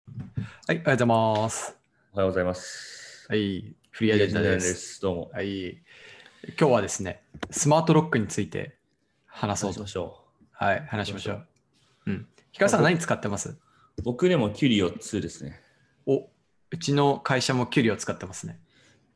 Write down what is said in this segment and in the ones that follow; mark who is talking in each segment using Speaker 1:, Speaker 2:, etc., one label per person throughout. Speaker 1: はい、ありがとうございます。
Speaker 2: おはようございます。
Speaker 1: はい、フ
Speaker 2: い
Speaker 1: リーアジェンダで。
Speaker 2: ですす。どうも。
Speaker 1: はい、今日はですね、スマートロックについて話そう
Speaker 2: し
Speaker 1: と
Speaker 2: ま。しょ
Speaker 1: はい、話しましょう。うん。ヒカルさん
Speaker 2: あ僕
Speaker 1: 何使ってます
Speaker 2: う。僕でもキュリオ2ですね。
Speaker 1: お、うちの会社もキュリを使ってますね。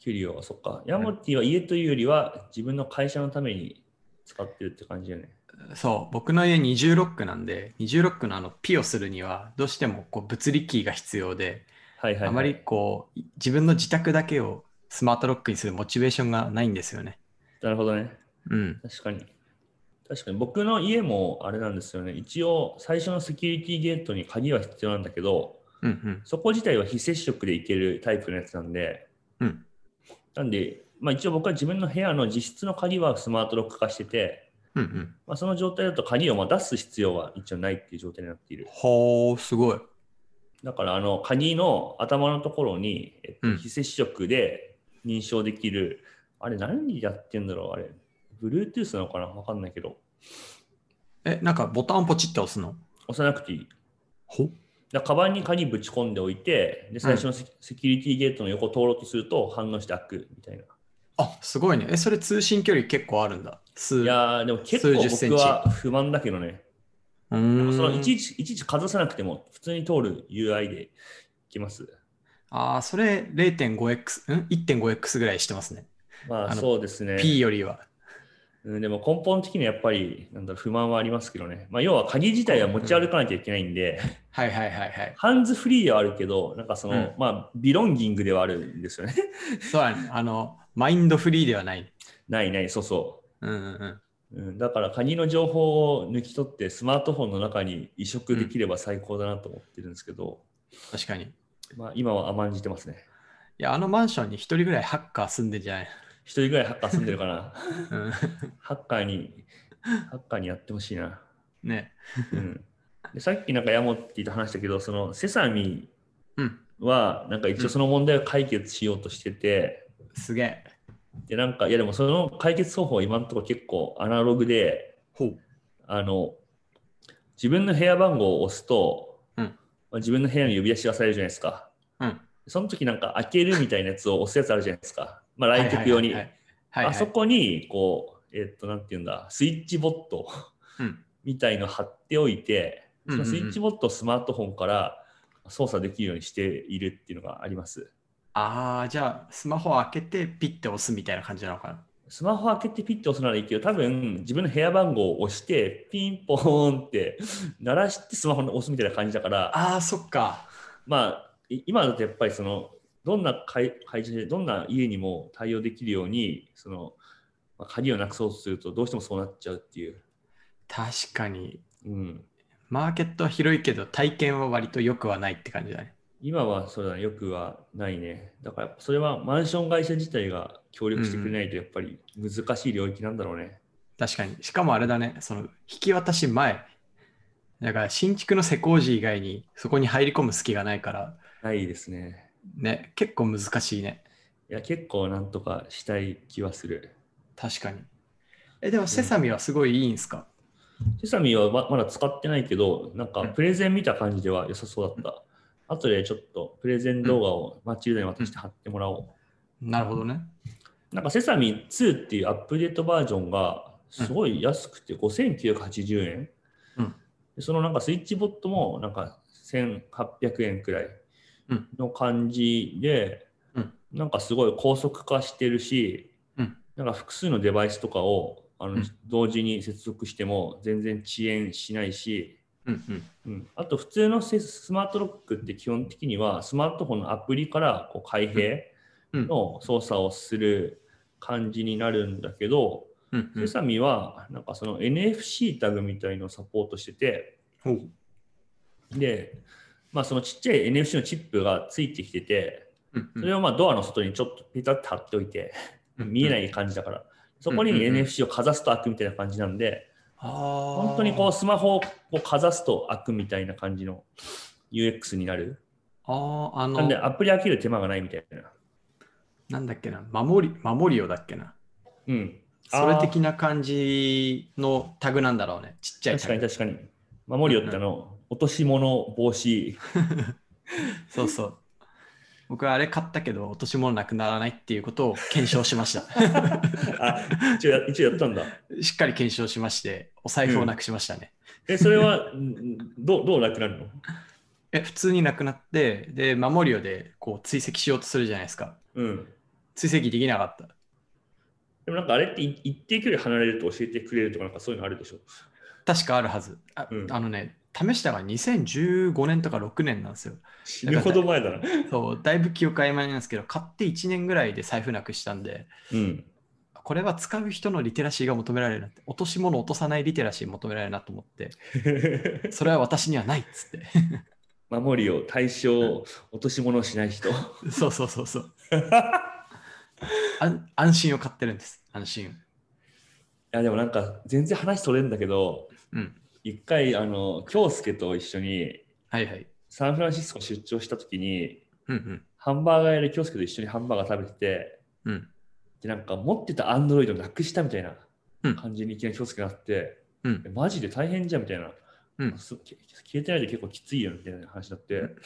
Speaker 2: キュリオはそっか。ヤモティは家というよりは自分の会社のために使ってるって感じだよね。
Speaker 1: そう、僕の家20ロックなんで、20ロックのあのピをするには、どうしてもこう物理キーが必要で、
Speaker 2: はいはい、はい。
Speaker 1: あまりこう、自分の自宅だけをスマートロックにするモチベーションがないんですよね。
Speaker 2: なるほどね。
Speaker 1: うん。
Speaker 2: 確かに。確かに僕の家もあれなんですよね。一応最初のセキュリティゲートに鍵は必要なんだけど、
Speaker 1: うんうん。
Speaker 2: そこ自体は非接触でいけるタイプのやつなんで、
Speaker 1: うん
Speaker 2: なんで、まあ、一応僕は自分の部屋の自室の鍵はスマートロック化してて、
Speaker 1: うんうん。
Speaker 2: まあ、その状態だと鍵をまあ出す必要は一応ないっていう状態になっている。
Speaker 1: ほー、すごい。
Speaker 2: だからあの鍵の頭のところに、えっ
Speaker 1: うん
Speaker 2: と、非接触で認証できる、あれ何やってんだろうあれ Bluetooth なのかなわかんないけど
Speaker 1: え、なんかボタンをポチって押すの
Speaker 2: 押さなくていい。
Speaker 1: ほ
Speaker 2: だからカバンに鍵ぶち込んでおいてで最初のセキ,、セキュリティゲートの横を通ろうとすると反応して開くみたいな。
Speaker 1: あ、すごいね。え、それ通信距離結構あるんだ。数。
Speaker 2: いやーでも結構
Speaker 1: 数十センチ
Speaker 2: 僕は不満だけどね。
Speaker 1: うーん
Speaker 2: そのいちいちいちいちかざさなくても普通に通る UI でいきます。
Speaker 1: ああ、それ 0.5x、ん ?1.5x ぐらいしてますね。
Speaker 2: ま
Speaker 1: あ
Speaker 2: あ
Speaker 1: の
Speaker 2: そうですね。
Speaker 1: P よりは。
Speaker 2: うん、でも根本的にはやっぱりなんだろう不満はありますけどね。まあ、要は鍵自体は持ち歩かなきゃいけないんで、
Speaker 1: はいはいはいはい。
Speaker 2: ハンズフリーではあるけど、なんかその、
Speaker 1: うん
Speaker 2: まあビロンギングではあるんですよね。
Speaker 1: そうだね。あの、マインドフリーではない。
Speaker 2: ないない、そうそ
Speaker 1: うんうんうん。
Speaker 2: う。うん、だから鍵の情報を抜き取ってスマートフォンの中に移植できれば最高だなと思ってるんですけど、
Speaker 1: 確かに。い
Speaker 2: まあ今は甘んじてますね。
Speaker 1: や、あのマンションに一人ぐらいハッカー住んでんじゃない
Speaker 2: 一人ぐらいハッカー住んでるかな。
Speaker 1: うん。
Speaker 2: ハッカーに、ハッカーにやってほしいな。
Speaker 1: ね。
Speaker 2: うん、でさっきなんかヤモって言った話だけど、そのセサミ
Speaker 1: うん。
Speaker 2: はなんか一応その問題を解決しようとしてて、
Speaker 1: すげえ。
Speaker 2: でなんかいやでもその解決方法は今のところ結構アナログで
Speaker 1: ほう。
Speaker 2: あの自分の部屋番号を押すと、
Speaker 1: うん
Speaker 2: まあ自分の部屋に呼び出しがされるじゃないですか
Speaker 1: うん。
Speaker 2: その時なんか開けるみたいなやつを押すやつあるじゃないですか、まあ、来客用に
Speaker 1: はいはいはいはい。はいはい
Speaker 2: あそこにこうえっとなんて言うんだスイッチボット
Speaker 1: うん
Speaker 2: みたいの貼っておいてそのスイッチ
Speaker 1: うんうんうん
Speaker 2: ボットをスマートフォンから操作できるようにしているっていうのがあります
Speaker 1: ああ、じゃあ、スマホを開けてピッて押すみたいな感じなのかな。
Speaker 2: スマホ開けてピッて押すならいいけど、多分自分の部屋番号を押して、ピンポーンって鳴らしてスマホを押すみたいな感じだから、
Speaker 1: ああ、そっか。
Speaker 2: まあ、い今だとやっぱりその、どんな会会社で、どんな家にも対応できるように、その、まあ鍵をなくそうとすると、どうしてもそうなっちゃうっていう。
Speaker 1: 確かに。
Speaker 2: うん。
Speaker 1: マーケットは広いけど、体験は割と良くはないって感じだね。
Speaker 2: 今はそれはよくはないね。だからやっぱそれはマンション会社自体が協力してくれないと、やっぱり難しい領域なんだろうね。
Speaker 1: 確かに。しかもあれだね、その引き渡し前。だから新築の施工時以外にそこに入り込む隙がないから、
Speaker 2: ないですね。
Speaker 1: ね、結構難しいね。
Speaker 2: いや、結構なんとかしたい気はする。
Speaker 1: 確かに。え、でもセサミはすごいいいんすか、
Speaker 2: セサミンはままだ使ってないけど、なんか
Speaker 1: うん
Speaker 2: プレゼン見た感じでは良さそうだった。後でちょっとプレゼン動画をマッチルダに渡して貼ってもらおう。
Speaker 1: なるほどね。
Speaker 2: なんかセサミン2っていうアップデートバージョンがすごい安くて5980円。
Speaker 1: うん
Speaker 2: でそのなんかスイッチボットもなんか1800円くらい
Speaker 1: うん
Speaker 2: の感じで、
Speaker 1: うん
Speaker 2: なんかすごい高速化してるし、
Speaker 1: うん
Speaker 2: なんか複数のデバイスとかをあの、
Speaker 1: うん
Speaker 2: 同時に接続しても全然遅延しないし、
Speaker 1: うんうん。
Speaker 2: うん、あと普通のセスマートロックって基本的にはスマートフォンのアプリからこう開閉
Speaker 1: うん
Speaker 2: の操作をする感じになるんだけど、
Speaker 1: うんうん
Speaker 2: セサミはなんかその NFC タグみたいのをサポートしてて
Speaker 1: ほう
Speaker 2: で、まあ、そのちっちゃい NFC のチップがついてきてて
Speaker 1: うんうん
Speaker 2: それをまあドアの外にちょっとペタッと貼っておいて見えない感じだからそこに
Speaker 1: うんうんうん
Speaker 2: NFC をかざすと開くみたいな感じなんで
Speaker 1: あー
Speaker 2: 本当にこうスマホをこうかざすと開くみたいな感じの UX になる。
Speaker 1: あーあ
Speaker 2: なんで
Speaker 1: の、
Speaker 2: アプリ開ける手間がないみたいな。
Speaker 1: なんだっけな、守り、守りよだっけな。
Speaker 2: うん。
Speaker 1: それ的な感じのタグなんだろうね。ちっちゃいタグ
Speaker 2: 確かに。確かに。守りよってあの、落とし物防止
Speaker 1: そうそう。僕はあれ買ったけど落とし物なくならないっていうことを検証しま した。
Speaker 2: あ一応や一応やったんだ。
Speaker 1: しっかり検証しまして、お財布をなくしましたね。
Speaker 2: え、それは、んんどう、どう楽なるの
Speaker 1: え、普通になくなって、で、マモリオでこう追跡しようとするじゃないですか。
Speaker 2: うん。
Speaker 1: 追跡できなかった。
Speaker 2: でもなんかあれってい一定距離離れると教えてくれるとかなんかそういうのあるでしょ。
Speaker 1: 確かあるはず。あ,、
Speaker 2: うん
Speaker 1: あのね、試したが2015年とか6年なんですよ。
Speaker 2: 死ぬほど前だ な。
Speaker 1: そう、だいぶ記憶曖昧なんですけど、買って1年ぐらいで財布なくしたんで、
Speaker 2: うん。
Speaker 1: これは使う人のリテラシーが求められるなって、落とし物を落とさないリテラシー求められるなと思って、 それは私にはないっつって。
Speaker 2: 守りを対象落とし物をしない人。
Speaker 1: そうそうそうそう。 安安心を買ってるんです。安心。
Speaker 2: いやでもなんか全然話それんだけど
Speaker 1: うん。
Speaker 2: 一回あの京介と一緒に
Speaker 1: はいはい。
Speaker 2: サンフランシスコ出張した時に
Speaker 1: うんうん。
Speaker 2: ハンバーガー屋で京介と一緒にハンバーガー食べてて
Speaker 1: うん。
Speaker 2: でなんか持ってたアンドロイドなくしたみたいな
Speaker 1: うん
Speaker 2: 感じにいきなり京介がなって、
Speaker 1: うん
Speaker 2: えマジで大変じゃんみたいな、
Speaker 1: うん
Speaker 2: す消消えてないで結構きついよみたいな話になって、
Speaker 1: うん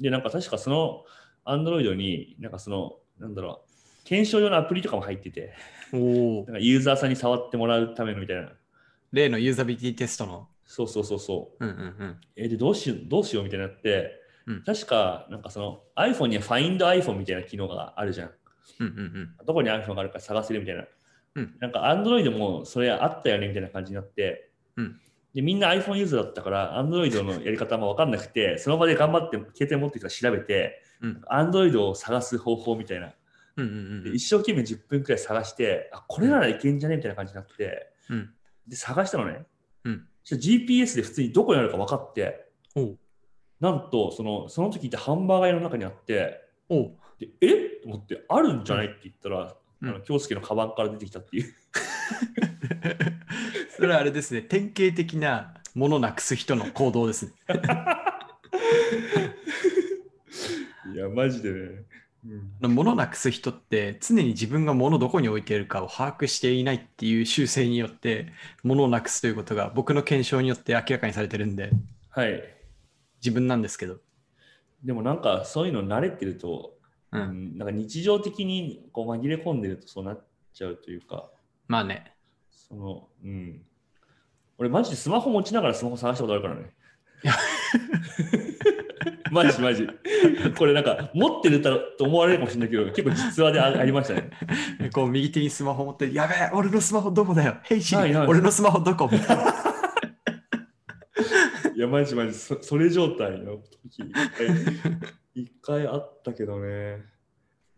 Speaker 2: でなんか確かそのアンドロイドになんかそのなんだろう検証用のアプリとかも入ってて
Speaker 1: おお
Speaker 2: な。んかユーザーさんに触ってもらうためのみたいな
Speaker 1: 例のユーザビリティテストの。
Speaker 2: そうそうそうそう
Speaker 1: うんうんうん。
Speaker 2: えでどうしようどうしようみたいになって、
Speaker 1: うん
Speaker 2: 確かなんかその iPhone には FindiPhone みたいな機能があるじゃん
Speaker 1: うんうん
Speaker 2: どこに iPhone があるか探せるみたいな、
Speaker 1: うん
Speaker 2: なんか Android もそれあったよねみたいな感じになって、
Speaker 1: うん
Speaker 2: でみんな iPhone ユーザーだったから Android のやり方も分かんなくて その場で頑張って携帯持ってきたら調べて、
Speaker 1: うん
Speaker 2: Android を探す方法みたいな
Speaker 1: うん。うんうん
Speaker 2: で
Speaker 1: うん
Speaker 2: 一生懸命10分くらい探してあこれならいけんじゃねみたいな感じになって
Speaker 1: うん。
Speaker 2: で探したのね、
Speaker 1: うん
Speaker 2: そしたら GPS で普通にどこにあるか分かって
Speaker 1: おう
Speaker 2: なんとそのその時ってハンバーガー屋の中にあって
Speaker 1: お う。
Speaker 2: でえっと思ってあるんじゃないって言ったら、
Speaker 1: うん
Speaker 2: あの京介のカバンから出てきたっていう
Speaker 1: それはあれですね。典型的なものなくす人の行動ですね。
Speaker 2: いやマジでね、うん
Speaker 1: あの物なくす人って常に自分が物をどこに置いているかを把握していないっていう習性によって物をなくすということが僕の検証によって明らかにされてるんで
Speaker 2: はい
Speaker 1: 自分なんですけど、
Speaker 2: でもなんかそういうの慣れてると、
Speaker 1: う、
Speaker 2: うんんなんか日常的にこう紛れ込んでるとそうなっちゃうというか
Speaker 1: まあね
Speaker 2: そのうん俺マジでスマホ持ちながらスマホ探したことあるからね
Speaker 1: いや
Speaker 2: マジマジこれなんか持ってると思われるかもしれないけど結構実話であありましたね
Speaker 1: こう右手にスマホ持って「やべえ俺のスマホどこだよヘイシ
Speaker 2: ないない
Speaker 1: 俺のスマホどこ?」みたいない
Speaker 2: や、マジマジ、そそれ状態の時、一 回、一回あったけどね。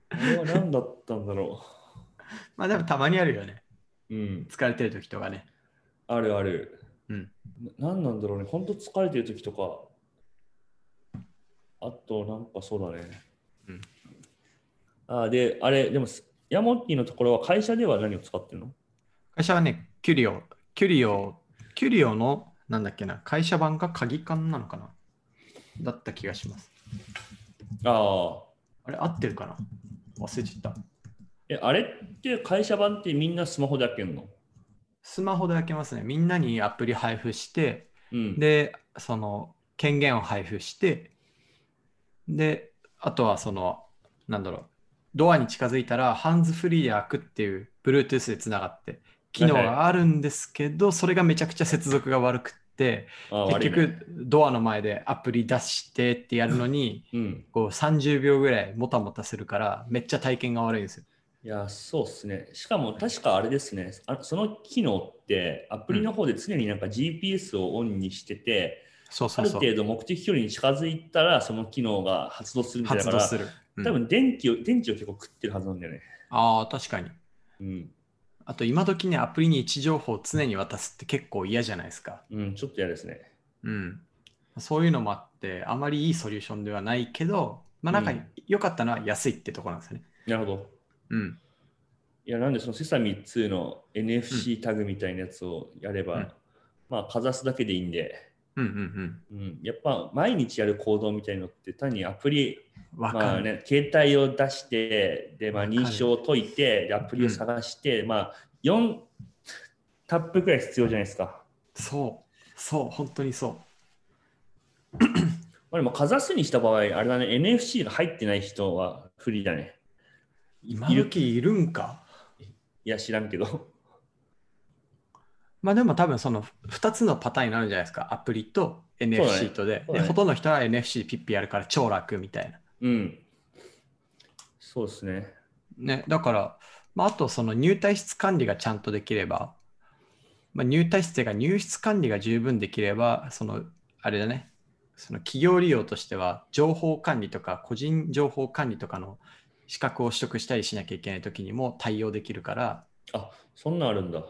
Speaker 2: あれは何だったんだろ
Speaker 1: まあでもたまにあるよね
Speaker 2: う。うん、
Speaker 1: 疲れてる時とかね
Speaker 2: あるある。
Speaker 1: うん
Speaker 2: な。何なんだろうね。本当疲れてる時とか、あと、なんかそうだね。
Speaker 1: うん。
Speaker 2: あ、で、あれ、でも、すヤモッティのところは会社では何を使ってるの
Speaker 1: 会社はねキュリオキュリオキュリオのなんだっけな会社版か鍵缶なのかなだった気がします
Speaker 2: ああ。
Speaker 1: あれ合ってるかな忘れちゃった
Speaker 2: え、あれって会社版ってみんなスマホで開けるの
Speaker 1: スマホで開けますね。みんなにアプリ配布して、
Speaker 2: うん。
Speaker 1: で、その権限を配布して、で、あとはその、なんだろう、ドアに近づいたら、ハンズフリーで開くっていう、Bluetooth でつながって、機能があるんですけど、それがめちゃくちゃ接続が悪くって、
Speaker 2: あ
Speaker 1: 結
Speaker 2: 悪いね
Speaker 1: 局、ドアの前でアプリ出してってやるのに、
Speaker 2: うん。
Speaker 1: こう30秒ぐらいもたもたするから、めっちゃ体験が悪いんですよ。
Speaker 2: いや、そうですね。しかも、確かあれですね。あその機能って、アプリの方で常になんか GPS をオンにしてて、
Speaker 1: そうそうそ
Speaker 2: あ
Speaker 1: う
Speaker 2: る。程度目的距離に近づいたら、その機能が発動するみたいだ
Speaker 1: 発動
Speaker 2: から
Speaker 1: す、る。うん
Speaker 2: 多分電気を、電池を結構食ってるはずなんだよね。
Speaker 1: ああ、確かに。
Speaker 2: うん。
Speaker 1: あと今時ね、アプリに位置情報を常に渡すって結構嫌じゃないですか。
Speaker 2: うん、ちょっと嫌ですね。
Speaker 1: うん。そういうのもあって、あまりいいソリューションではないけど、まあなんか
Speaker 2: うん
Speaker 1: 良かったのは安いってとこなんですよね。
Speaker 2: なるほど。
Speaker 1: うん。
Speaker 2: いや、なんでそのセサミ2の NFC タグみたいなやつをやれば、
Speaker 1: うん
Speaker 2: まあ、かざすだけでいいんで、
Speaker 1: うんうん
Speaker 2: うん、やっぱ毎日やる行動みたいのって、単にアプリ
Speaker 1: うん。わ
Speaker 2: ま
Speaker 1: か
Speaker 2: あ
Speaker 1: る。
Speaker 2: ね、携帯を出して、でまあ、
Speaker 1: わかる
Speaker 2: 認証を解いて、でアプリを探して、まあ、4タップくらい必要じゃないですか。
Speaker 1: そう。そう。本当にそう。
Speaker 2: まあ、でもかざすにした場合、あれだね、NFC が入ってない人は不利だね。
Speaker 1: 今
Speaker 2: いる
Speaker 1: 時いるんか。
Speaker 2: いや、知らんけど。
Speaker 1: まあでも多分その2つのパターンになるんじゃないですか。アプリと
Speaker 2: そうだね
Speaker 1: NFC とで。
Speaker 2: そう
Speaker 1: で、
Speaker 2: だね
Speaker 1: ほとんどの人は NFC ピッピやるから超楽みたいな。
Speaker 2: うん。そうですね。
Speaker 1: ね、だから、まあ、あとその入退室管理がちゃんとできれば、まあ、入退室というか入室管理が十分できれば、そのあれだね、その企業利用としては情報管理とか個人情報管理とかの資格を取得したりしなきゃいけない時にも対応できるから、
Speaker 2: あ、そんなんあるんだ。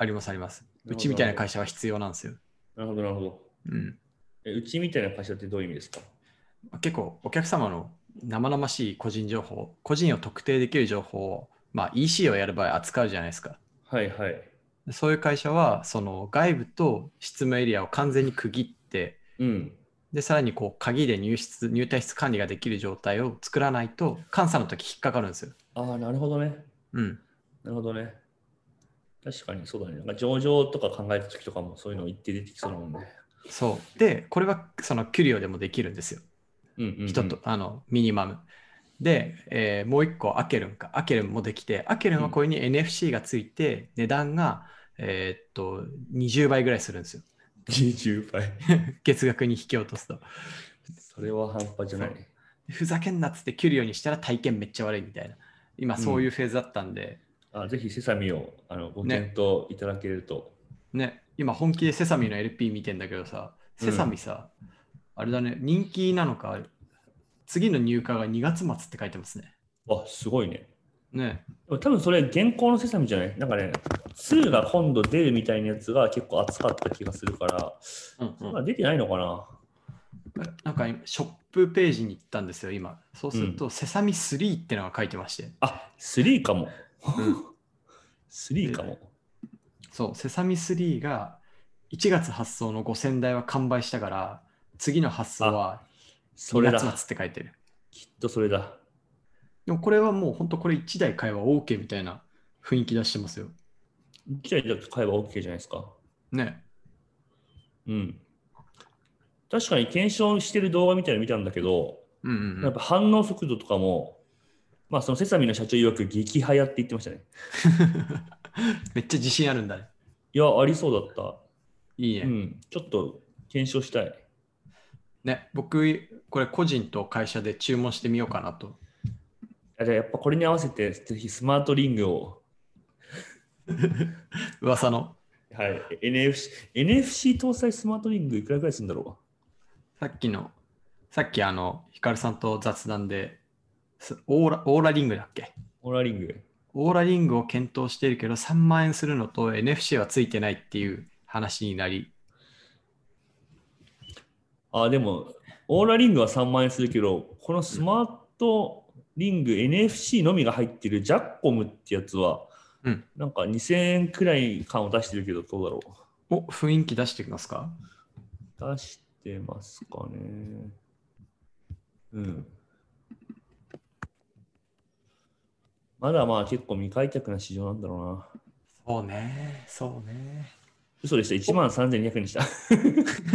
Speaker 1: ありますあります。
Speaker 2: なるほ
Speaker 1: う
Speaker 2: ど
Speaker 1: ちみたいな会社は必要なんですよ。
Speaker 2: なるほど、なるほど。
Speaker 1: うん、
Speaker 2: えうちみたいな会社ってどういう意味ですか
Speaker 1: 結構お客様の生々しい個人情報、個人を特定できる情報を、まあ、EC をやる場合扱うじゃないですか。
Speaker 2: はいはい。
Speaker 1: でそういう会社はその外部と執務エリアを完全に区切って
Speaker 2: うん。
Speaker 1: でさらにこう鍵で入室入退室管理ができる状態を作らないと監査の時引っかかるんですよ。
Speaker 2: ああ、なるほどね。
Speaker 1: うん、
Speaker 2: なるほどね。確かにそうだね。なんか上場とか考えた時とかもそういうの一定出てきそうだもんね。
Speaker 1: そうでこれはそのキュリオでもできるんですよ
Speaker 2: うんうん、うん。
Speaker 1: 人と、。あのミニマム。で、えーもう一個アケルンかアケルンもできてアケルンはこれに NFC がついて値段が、えーっと20倍ぐらいするんですよ
Speaker 2: 20倍。
Speaker 1: 月額に引き落とすと。
Speaker 2: それは半端じゃない。
Speaker 1: ふざけんなっつってキュリオにしたら体験めっちゃ悪いみたいな今そういうフェーズだったんで、
Speaker 2: あぜひセサミをあのご検討いただけると。
Speaker 1: ね今本気でセサミの LP 見てんだけどさ
Speaker 2: うん
Speaker 1: セサミさ、あれだね人気なのか次の入荷が2月末って書いてますね
Speaker 2: あすごいね。
Speaker 1: ね
Speaker 2: でも多分それ現行のセサミじゃないなんかね、2が今度出るみたいなやつが結構熱かった気がするから、
Speaker 1: うんうん
Speaker 2: まだ出てないのかな
Speaker 1: なんか今ショップページに行ったんですよ今そうすると、セサミ3ってのが書いてまして
Speaker 2: あ3かも。
Speaker 1: ん
Speaker 2: 3かも。
Speaker 1: そうセサミ3が1月発送の5000台は完売したから次の発送は
Speaker 2: そ
Speaker 1: 2
Speaker 2: れ
Speaker 1: 月
Speaker 2: だ。
Speaker 1: 末って書いてる
Speaker 2: きっとそれだ。
Speaker 1: でもこれはもう本当これ1台買えば OK みたいな雰囲気出してますよ。
Speaker 2: じゃあ、買えば OK じゃないですか。
Speaker 1: ね。
Speaker 2: うん。確かに検証してる動画みたいなの見たんだけど、
Speaker 1: うんうんう
Speaker 2: やっ
Speaker 1: ん、
Speaker 2: ぱ反応速度とかも、まあそのセサミの社長曰く激早って言ってましたね。
Speaker 1: めっちゃ自信あるんだね。
Speaker 2: いや、ありそうだっ
Speaker 1: いいね。
Speaker 2: た。うん。ちょっと検証したい。
Speaker 1: ね僕、これ個人と会社で注文してみようかなと。
Speaker 2: あじゃあやっぱこれに合わせて、ぜひスマートリングを、
Speaker 1: 噂の。
Speaker 2: はい、NFC、NFC 搭載スマートリングいくらぐらいするんだろ
Speaker 1: さっきの、さっきあの、ヒカルさんと雑談ですオーラ、オーラリングだっけ
Speaker 2: うオーラリング。
Speaker 1: オーラリングを検討しているけど3万円するのと NFC はついてないっていう話になり、
Speaker 2: あ、でも、オーラリングは3万円するけど、このスマートリング、NFC のみが入ってるジャッコムってやつは、
Speaker 1: うん
Speaker 2: なんか2000円くらい感を出してるけど、どうだろ
Speaker 1: お雰囲気出してきますか
Speaker 2: う。出してますかね。うん。まだまあ結構未開拓な市場なんだろうな。
Speaker 1: そうね、そうね。
Speaker 2: 嘘でした。1万3200円でした。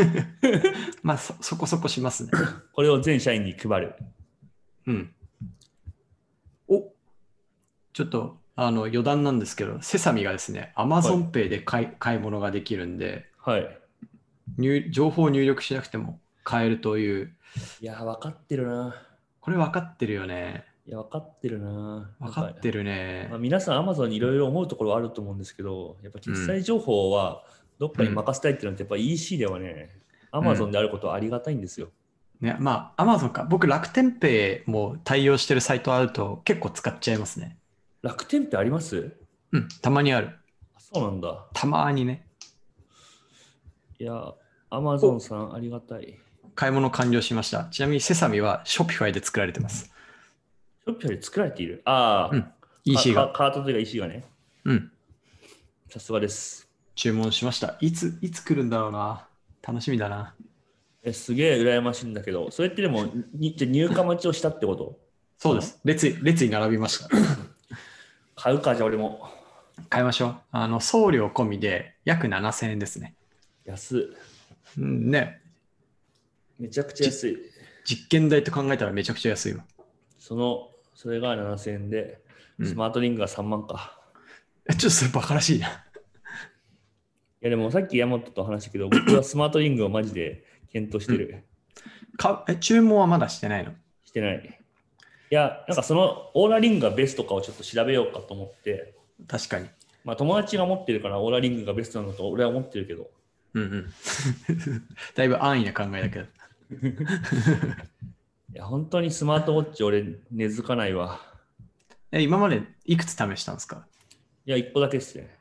Speaker 1: まあそそこそこしますね。
Speaker 2: これを全社員に配る。
Speaker 1: うん。おちょっとあの余談なんですけど、セサミがですね、AmazonPay で買い,、買い物ができるんで
Speaker 2: はい。
Speaker 1: 入、情報を入力しなくても買えるという、
Speaker 2: いや、分かってるな。
Speaker 1: これ分かってるよね。
Speaker 2: いや、分かってるな。
Speaker 1: 分かっ
Speaker 2: る。
Speaker 1: てるね
Speaker 2: まあ、。皆さん、Amazon にいろいろ思うところはあると思うんですけど、やっぱ決済情報はどっかに任せたいっていうのって、やっぱ EC ではね、
Speaker 1: ん
Speaker 2: Amazon であることはありがたいんですよ。
Speaker 1: ねまあ、Amazon か。僕、楽天 Pay も対応してるサイトあると結構使っちゃいますね。
Speaker 2: 楽天ってあります
Speaker 1: うん、たまにある。
Speaker 2: あそうなんだ。
Speaker 1: たまにね。
Speaker 2: いや、Amazon さんありがたい。
Speaker 1: 買い物完了しました。ちなみにセサミは Shopify で作られてます。
Speaker 2: ショッピファイで作られている。ああ、
Speaker 1: うん EC
Speaker 2: か
Speaker 1: が。
Speaker 2: カートというか EC がね。
Speaker 1: うん。
Speaker 2: さすがです。
Speaker 1: 注文しました。いつ、いつ来るんだろうな。楽しみだな。
Speaker 2: えすげえ羨ましいんだけど、それってでも、にじゃあ入荷待ちをしたってこと
Speaker 1: そうです。列に、列に並びました。
Speaker 2: 買うか、じゃあ俺も。
Speaker 1: 買いましょう。あの、送料込みで約7000円ですね。
Speaker 2: 安い。
Speaker 1: うんね。
Speaker 2: めちゃくちゃ安い。
Speaker 1: 実験代と考えたらめちゃくちゃ安いわ。
Speaker 2: その、それが7000円で、
Speaker 1: うん
Speaker 2: スマートリングが3万か。
Speaker 1: えちょっとそれバカらしいな。
Speaker 2: いやでもさっき山本と話したけど、僕はスマートリングをマジで検討してる。
Speaker 1: かえ注文はまだしてないの
Speaker 2: してない。いや、なんかそのオーラリングがベストかをちょっと調べようかと思って、
Speaker 1: 確かに。
Speaker 2: まあ友達が持ってるからオーラリングがベストなのと俺は思ってるけど、
Speaker 1: うんうん。 だいぶ安易な考えだけど。
Speaker 2: いや本当にスマートウォッチ俺根付かないわ。
Speaker 1: え今までいくつ試したんですか
Speaker 2: いや、1個だけですね。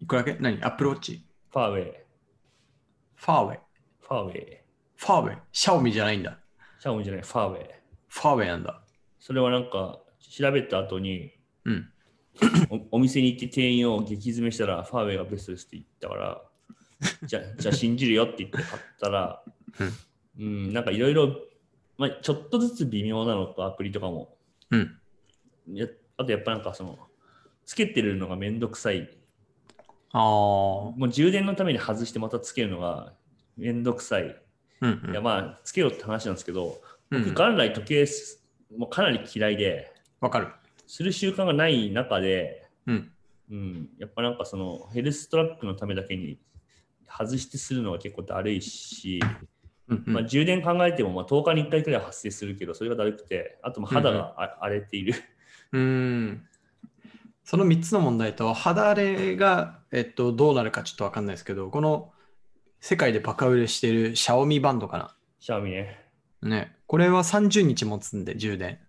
Speaker 1: いくらだけ何アップルウォッチ
Speaker 2: ファーウェイ、
Speaker 1: ファーウェイ。
Speaker 2: ファーウェイ、
Speaker 1: ファーウェイ。シャオミじゃないんだ。
Speaker 2: シャオミじゃない、ファーウェイ。
Speaker 1: ファーウェイなんだ。
Speaker 2: それはなんか調べた後に
Speaker 1: うん。
Speaker 2: おお店に行って店員を激詰めしたらファーウェイがベストですって言ったから じゃじゃあ信じるよって言って買ったらうんなんかいろいろまあちょっとずつ微妙なのとアプリとかも
Speaker 1: うん。
Speaker 2: やあとやっぱなんかそのつけてるのがめんどくさい
Speaker 1: ああ。
Speaker 2: もう充電のために外してまたつけるのがめんどくさい
Speaker 1: うん、うん。
Speaker 2: いやまあつけろって話なんですけど
Speaker 1: うんう
Speaker 2: 僕
Speaker 1: ん
Speaker 2: 元来時計すもうかなり嫌いで
Speaker 1: わかる。
Speaker 2: する習慣がない中で
Speaker 1: うん。
Speaker 2: うん、やっぱなんかそのヘルストラックのためだけに外してするのは結構だるいし、
Speaker 1: うんうん
Speaker 2: まあ、充電考えてもまあ10日に1回くらいは発生するけどそれがだるくてあとまあ肌があ荒れている、
Speaker 1: うーん。その3つの問題と、肌荒れが、えっと、どうなるかちょっとわかんないですけど、この世界でバカ売れしてるシャオミバンドか
Speaker 2: シャオミね
Speaker 1: な。ね。これは30日持つんで、充電。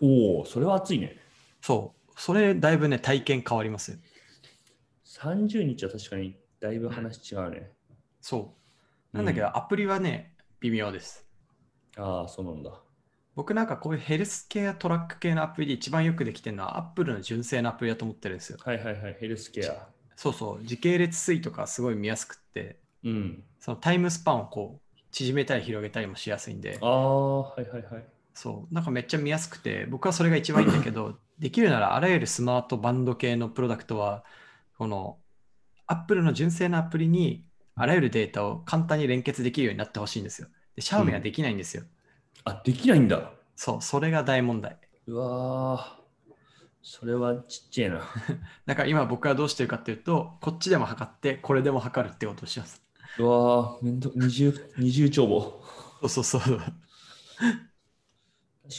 Speaker 2: おおそれは熱いね
Speaker 1: そう。それ、だいぶね、体験変わりますよ。
Speaker 2: 30日は確かにだいぶ話違うね、
Speaker 1: そう。なんだけど、アプリはね、微妙です。
Speaker 2: ああそうなんだ
Speaker 1: 僕なんかこういうヘルス系やトラック系のアプリで一番よくできてるのは、アップルの純正のアプリだと思ってるんですよ。
Speaker 2: はいはいはいヘルスケア
Speaker 1: そうそう。時系列推移とかすごい見やすくって、
Speaker 2: うん
Speaker 1: そのタイムスパンをこう、縮めたり広げたりもしやすいんで
Speaker 2: あ、あはいはいはい
Speaker 1: そう、なんかめっちゃ見やすくて、僕はそれが一番いいんだけ ど、できるならあらゆるスマートバンド系のプロダクトは、この Apple の純正のアプリにあらゆるデータを簡単に連結できるようになってほしいんですよ。で、シャオミはできないんですよ。
Speaker 2: あできないんだ
Speaker 1: そう、それが大問題。
Speaker 2: うわーそれはちっちゃいな
Speaker 1: だから今僕はどうしてるかっていうと、こっちでも測って、これでも測るってことをします。
Speaker 2: うわーめんど二重二重帳簿
Speaker 1: そうそうそう。
Speaker 2: 確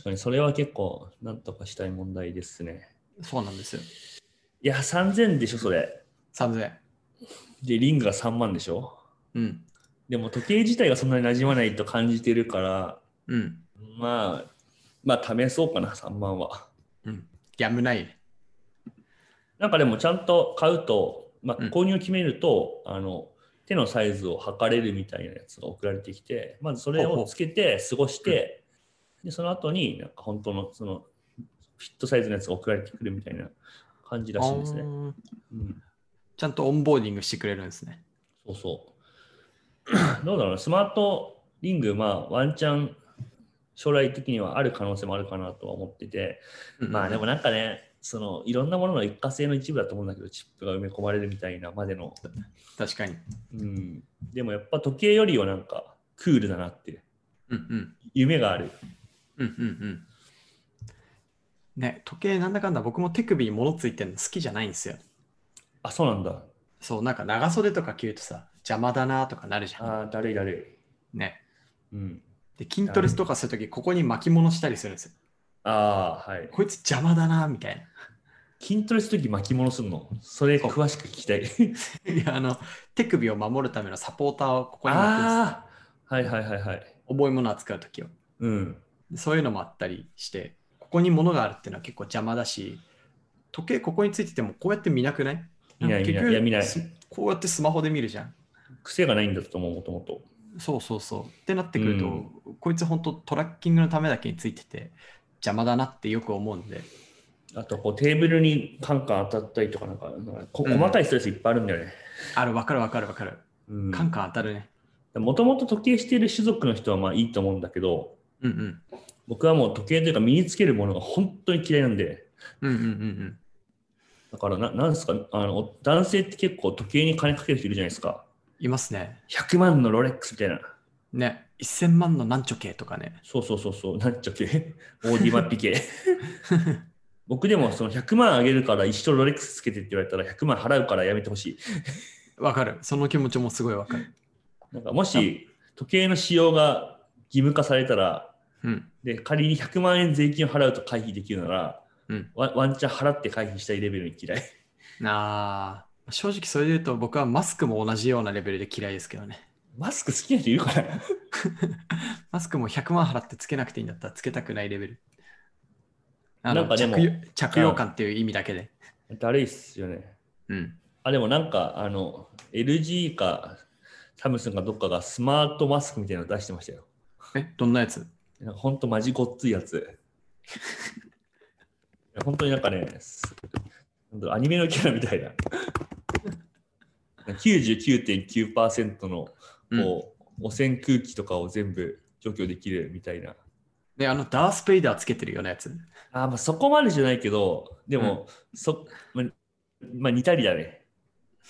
Speaker 2: かにそれは結構なんとかしたい問題ですね。
Speaker 1: そうなんですよ。
Speaker 2: いや、3000でしょ、それ。
Speaker 1: 3000円。
Speaker 2: で、リングが3万でしょ。
Speaker 1: うん。
Speaker 2: でも時計自体がそんなに馴染まないと感じてるから、
Speaker 1: うん。
Speaker 2: まあ、まあ試そうかな、3万は。
Speaker 1: うん。やむないね。
Speaker 2: なんかでもちゃんと買うと、まあ
Speaker 1: うん
Speaker 2: 購入を決めると、あの、手のサイズを測れるみたいなやつが送られてきて、まずそれ
Speaker 1: ほうほ
Speaker 2: を
Speaker 1: う
Speaker 2: つけて過ごして、で、その後になんか本当のそのフィットサイズのやつが送られてくるみたいな感じらしいんですね。
Speaker 1: あー
Speaker 2: うん
Speaker 1: ちゃんとオンボーディングしてくれるんですね。
Speaker 2: そうそう。 どうだろうなスマートリング、まあ、ワンチャン、将来的にはある可能性もあるかなとは思ってて、まあでもなんかね、そのいろんなものの一過性の一部だと思うんだけど、チップが埋め込まれるみたいなまでの、
Speaker 1: 確かに。
Speaker 2: うん、でもやっぱ時計よりはなんかクールだなって、
Speaker 1: うんうん。
Speaker 2: 夢がある。
Speaker 1: うんうんうん。ね、時計なんだかんだ僕も手首に物ついてるの好きじゃないんですよ。
Speaker 2: あ、そうなんだ。
Speaker 1: そう、なんか長袖とか着るとさ、邪魔だなとかなるじゃん。
Speaker 2: あーだるいだる
Speaker 1: ね。
Speaker 2: い。うん、
Speaker 1: で、筋トレとかするとき、ここに巻き物したりするんですよ。
Speaker 2: ああ、はい。
Speaker 1: こいつ邪魔だなみ たい
Speaker 2: 筋トレするとき巻き物するのそれ詳しく聞きたい。
Speaker 1: な。いや、あの、手首を守るためのサポーターをここに巻くんですよ
Speaker 2: ああ、はいはいはいはい。
Speaker 1: 重いものを扱うときを。
Speaker 2: うん。
Speaker 1: でそういうのもあったりして、ここに物があるっていうのは結構邪魔だし、時計ここについててもこうやって見なくない
Speaker 2: 見ない
Speaker 1: んか結
Speaker 2: 見ないいや見ない
Speaker 1: すこうやってスマホで見るじゃん。
Speaker 2: 癖がないんだと思う、もともと。
Speaker 1: そうそうそう。ってなってくると、
Speaker 2: うん
Speaker 1: こいつ本当トラッキングのためだけについてて邪魔だなってよく思うんで、
Speaker 2: あとこう、テーブルにカンカン当たったりとか、なんか、なんかこ
Speaker 1: うん
Speaker 2: 細かいストレスいっぱいあるんだよね。
Speaker 1: あれ分かる分かる分かる。カンカン当たるね。
Speaker 2: もともと時計している種族の人はまあいいと思うんだけど、
Speaker 1: うんうん。
Speaker 2: 僕はもう時計というか身につけるものが本当に嫌いなんで、
Speaker 1: うんうんうん
Speaker 2: だからな、なんですかあの、男性って結構時計に金かける人いるじゃないですか。
Speaker 1: うん。いますね。
Speaker 2: 100万のロレックスみたいな。
Speaker 1: ね。 1000万のなんちょ系とかね。
Speaker 2: そうそうそうそう、なんちゃけ。オーディマッピ 系。僕でもその100万あげるから一生ロレックスつけてって言われたら100万払うからやめてほしい。
Speaker 1: わかる。その気持ちもすごいわかる。
Speaker 2: なんかもし時計の使用が義務化されたら、
Speaker 1: うん。
Speaker 2: で仮に100万円税金を払うと回避できるなら、
Speaker 1: うん
Speaker 2: ワワンチャン払って回避したいレベルに嫌い。
Speaker 1: あー正直それで言うと僕はマスクも同じようなレベルで嫌いですけどね。
Speaker 2: マスク好きな人いるから。
Speaker 1: マスクも100万払ってつけなくていいんだったらつけたくないレベル。あ
Speaker 2: な
Speaker 1: の
Speaker 2: んかでも
Speaker 1: 着用着用感っていう意味だけで。
Speaker 2: だるいっすよね。
Speaker 1: うん。
Speaker 2: あ、でもなんかあの LG かサムスンかどっかがスマートマスクみたいなの出してましたよ。
Speaker 1: え、どんなやつ
Speaker 2: なんかほんとマジごっついやつ。い や本当になんかね、すなんだろうアニメのキャラみたいな。99.9%のこう、
Speaker 1: うん
Speaker 2: 汚染空気とかを全部除去できるみたいな。
Speaker 1: ね、あのダース・ペイダーつけてるようなやつ。
Speaker 2: あーまあそこまでじゃないけど、でも、そままあ似たりだね。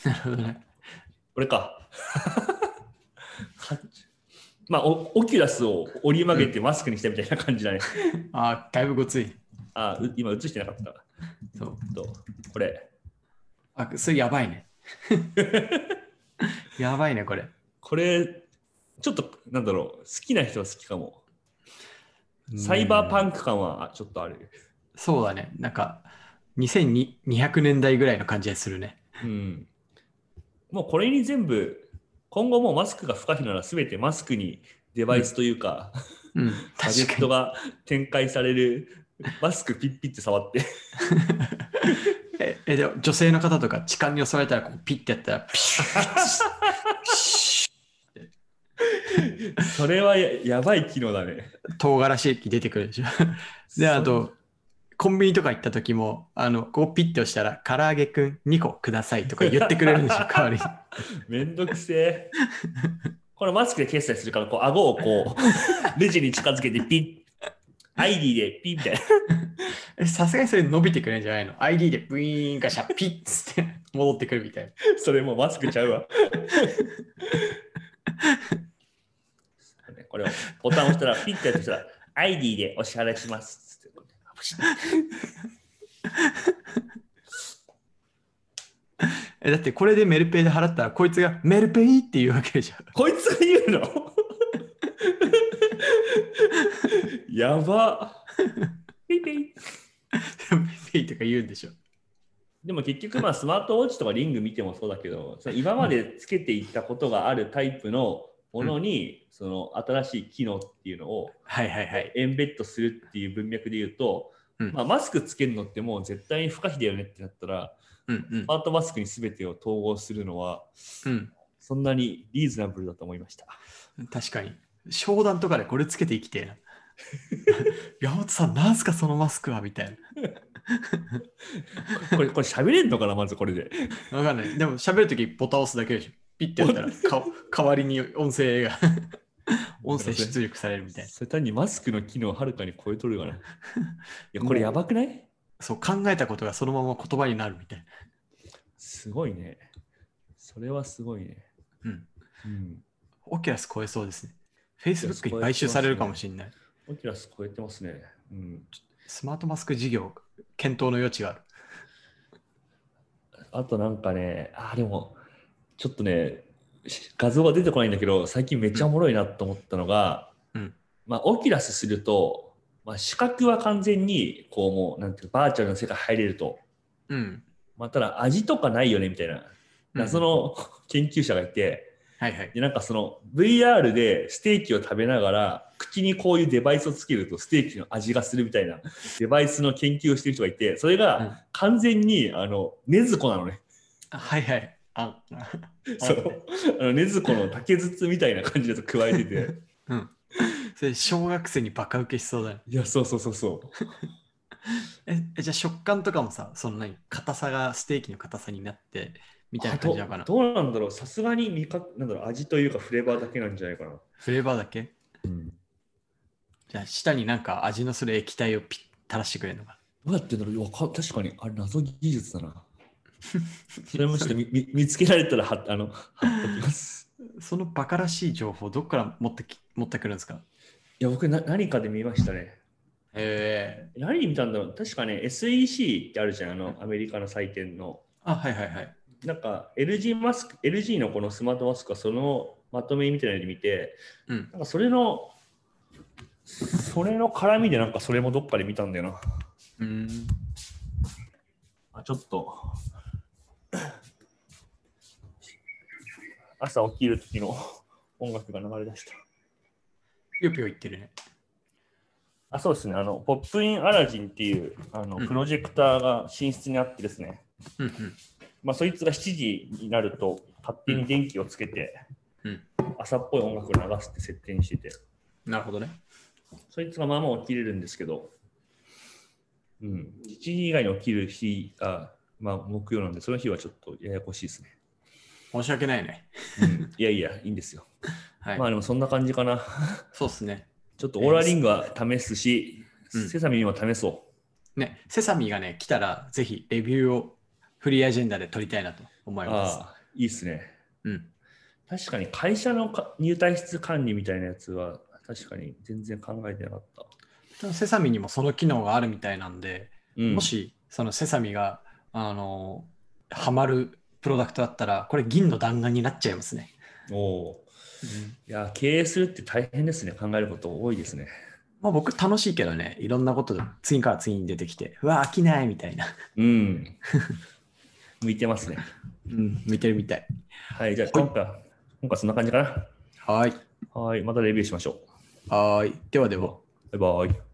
Speaker 1: なるほどね。
Speaker 2: これか。 かまあオ、オキュラスを折り曲げてマスクにしたみたいな感じだね。
Speaker 1: あー、だいぶごつい。
Speaker 2: あーう今映してなかった。
Speaker 1: そう。
Speaker 2: とこれ
Speaker 1: あ、それやばいね。 やばいね、これ。
Speaker 2: これちょっとなんだろう好きな人は好きかもサイバーパ
Speaker 1: ン
Speaker 2: ンク感はあちょっとある
Speaker 1: そうだね。なんか、2200年代ぐらいの感じがするね。
Speaker 2: うんもうこれに全部今後もうマスクが不可避なら全てマスクにデバイスというか、
Speaker 1: うん。
Speaker 2: ガジェッ
Speaker 1: 確か
Speaker 2: ト
Speaker 1: に。
Speaker 2: が展開されるマスクピッピッて触って
Speaker 1: え、えでも女性の方とか痴漢に襲われたら、こうピッてやったら、ピシュッ
Speaker 2: それはややばい機能だね
Speaker 1: 唐辛子液出てくるでしょ。で、あと、コンビニとか行った時も、あの、こうピッて押したら、唐揚げくん2個くださいとか言ってくれるんでしょ、代わりに。
Speaker 2: めんどくせえ。このマスクで決済するから、こう、顎をこう、レジに近づけてピッ、ID でピッみたいな。
Speaker 1: えさすがにそれ伸びてくれるんじゃないの ?ID でブイーンガシャピッつって戻ってくるみたいな。
Speaker 2: それもうマスクちゃうわ。これをボタン押したら、ピッてやってきたら、ID でお支払いします。つってパシッ
Speaker 1: えだってこれでメルペイで払ったらこいつがメルペイって言うわけでしょ。
Speaker 2: こいつが言うのやば。ピッピッ
Speaker 1: メルペイとか言うんでしょ。
Speaker 2: でも結局まあ スマートウォッチとかリング見てもそうだけど、その今までつけていったことがあるタイプのものに、その新しい機能っていうのを
Speaker 1: はいはいはい。
Speaker 2: エンベッドするっていう文脈で言うと、
Speaker 1: うん
Speaker 2: まあ、マスクつけるのってもう絶対に不可避だよねってなったら、
Speaker 1: うんうん
Speaker 2: ス。マートマスクに全てを統合するのはそんなにリーズナブルだと思い ました。
Speaker 1: うん、確かに。商談とかでこれつけて生きてえな。 山本さん、なんすかそのマスクはみたい
Speaker 2: これ、これ喋れんのかなまずこれで。
Speaker 1: な。わかんない。でも喋るときボタン押すだけでしょ。ピッてや ったらか代わりに音声が音声出力される みたいな。
Speaker 2: それ単にマスクの機能をはるかに超えとる がな。いや、これやばくない
Speaker 1: そう考えたことがそのまま言葉になるみたいな。
Speaker 2: すごいね。それはすごいね。
Speaker 1: うん
Speaker 2: うん。
Speaker 1: オキュラス超えそうですね。Facebook に買収されるかもしれない。
Speaker 2: オキュラス超えてますね。うん。
Speaker 1: スマートマスク事業、検討の余地がある。
Speaker 2: あとなんかね、あー、でも、ちょっとね、し画像は出てこないんだけど、最近めっちゃおもろいなと思ったのが、
Speaker 1: うん
Speaker 2: まあ、オキュラスすると、まあ、視覚は完全に、こうもう、なんていうか、バーチャルの世界入れると。
Speaker 1: うん。
Speaker 2: まあ、ただ、味とかないよね、みたいな。謎の 研究者がいて、
Speaker 1: はいはい。
Speaker 2: で、なんかその、VR でステーキを食べながら、口にこういうデバイスをつけると、ステーキの味がするみたいな、デバイスの研究をしてる人がいて、それ
Speaker 1: う
Speaker 2: が
Speaker 1: ん
Speaker 2: 完全に、あの、ねずこなのね。
Speaker 1: あはいはい。あ、
Speaker 2: そ
Speaker 1: あ
Speaker 2: う。あの、ねずこの竹筒みたいな感じだと加えてて。
Speaker 1: それ小学生にバカ受けしそうだね。
Speaker 2: いや、そうそうそうそう。
Speaker 1: え、えじゃあ食感とかもさ、その何硬さがステーキの硬さになってみたいな感じなのか
Speaker 2: あ
Speaker 1: な。
Speaker 2: どどうなんだろうさすがに味覚、なんだろう、味というかフレーバーだけなんじゃないかな。
Speaker 1: フレーバーだけじゃあ下になんか味のする液体をピッ垂らしてくれるのか
Speaker 2: どうやってんだろうわか確かに、あれ、謎技術だな。それもちょっと見見見つけられたらは、あの、貼っときます。
Speaker 1: な。そのバカらしい情報、どっから持ってき持ってくるんですか
Speaker 2: いや、僕な、何かで見ましたね。
Speaker 1: ええ
Speaker 2: 何で見たんだろう確かね、SEC ってあるじゃん、あの、アメリカの祭典の。
Speaker 1: あ、はいはいはい。
Speaker 2: なんか、LG マスク、LG のこのスマートマスクは、そのまとめみたいなので見て、
Speaker 1: うん。
Speaker 2: なんか、それの、それの絡みで、なんか、それもどっかで見たんだよな。
Speaker 1: うん。
Speaker 2: あちょっと。 朝起きる時の音楽が流れ出した。
Speaker 1: ぴよぴよ言ってるね。
Speaker 2: あ、そうですね。あの、ポップインアラジンっていう、あの、
Speaker 1: うん
Speaker 2: プロジェクターが寝室にあってですね。
Speaker 1: うんうん。
Speaker 2: まあ、そいつが7時になると、勝手に電気をつけて、
Speaker 1: うん
Speaker 2: 朝っぽい音楽を流すって設定にしてて、
Speaker 1: なるほどね。
Speaker 2: そいつがまあまあ起きれるんですけど、うん、7時以外に起きる日が、まあ、木曜なんで、その日はちょっとややこしいですね。
Speaker 1: 申し訳ないね。
Speaker 2: うんいやいや、いいんですよ。
Speaker 1: はい。
Speaker 2: まあでもそんな感じかな。
Speaker 1: そうっすね。
Speaker 2: ちょっとオーラリングは試すし、
Speaker 1: うん
Speaker 2: セサミンは試そ
Speaker 1: ね、セサミがね、来たら、ぜひレビューをフリーアジェンダで取りたいなと思
Speaker 2: う。
Speaker 1: います。
Speaker 2: ああ、いいっすね。
Speaker 1: うん。
Speaker 2: 確かに会社のか入退室管理みたいなやつは、確かに全然考えてなかった。
Speaker 1: セサミにもその機能があるみたいなんで、
Speaker 2: うん
Speaker 1: もしそのセサミがあのハマるプロダクトだったらこれ銀の弾丸になっちゃいますね。
Speaker 2: おおいや、経営するって大変ですね。考えること多いですね。
Speaker 1: まあ、僕楽しいけどねいろんなことで次から次に出てきてうわ飽きないみたいな、
Speaker 2: うん。 向いてますね。
Speaker 1: うん、見てるみたい。
Speaker 2: はい、じゃあ今回、今回そんな感じか
Speaker 1: はい
Speaker 2: な。はい、またレビューしましょ
Speaker 1: はーいではでは。
Speaker 2: う。バイバイ。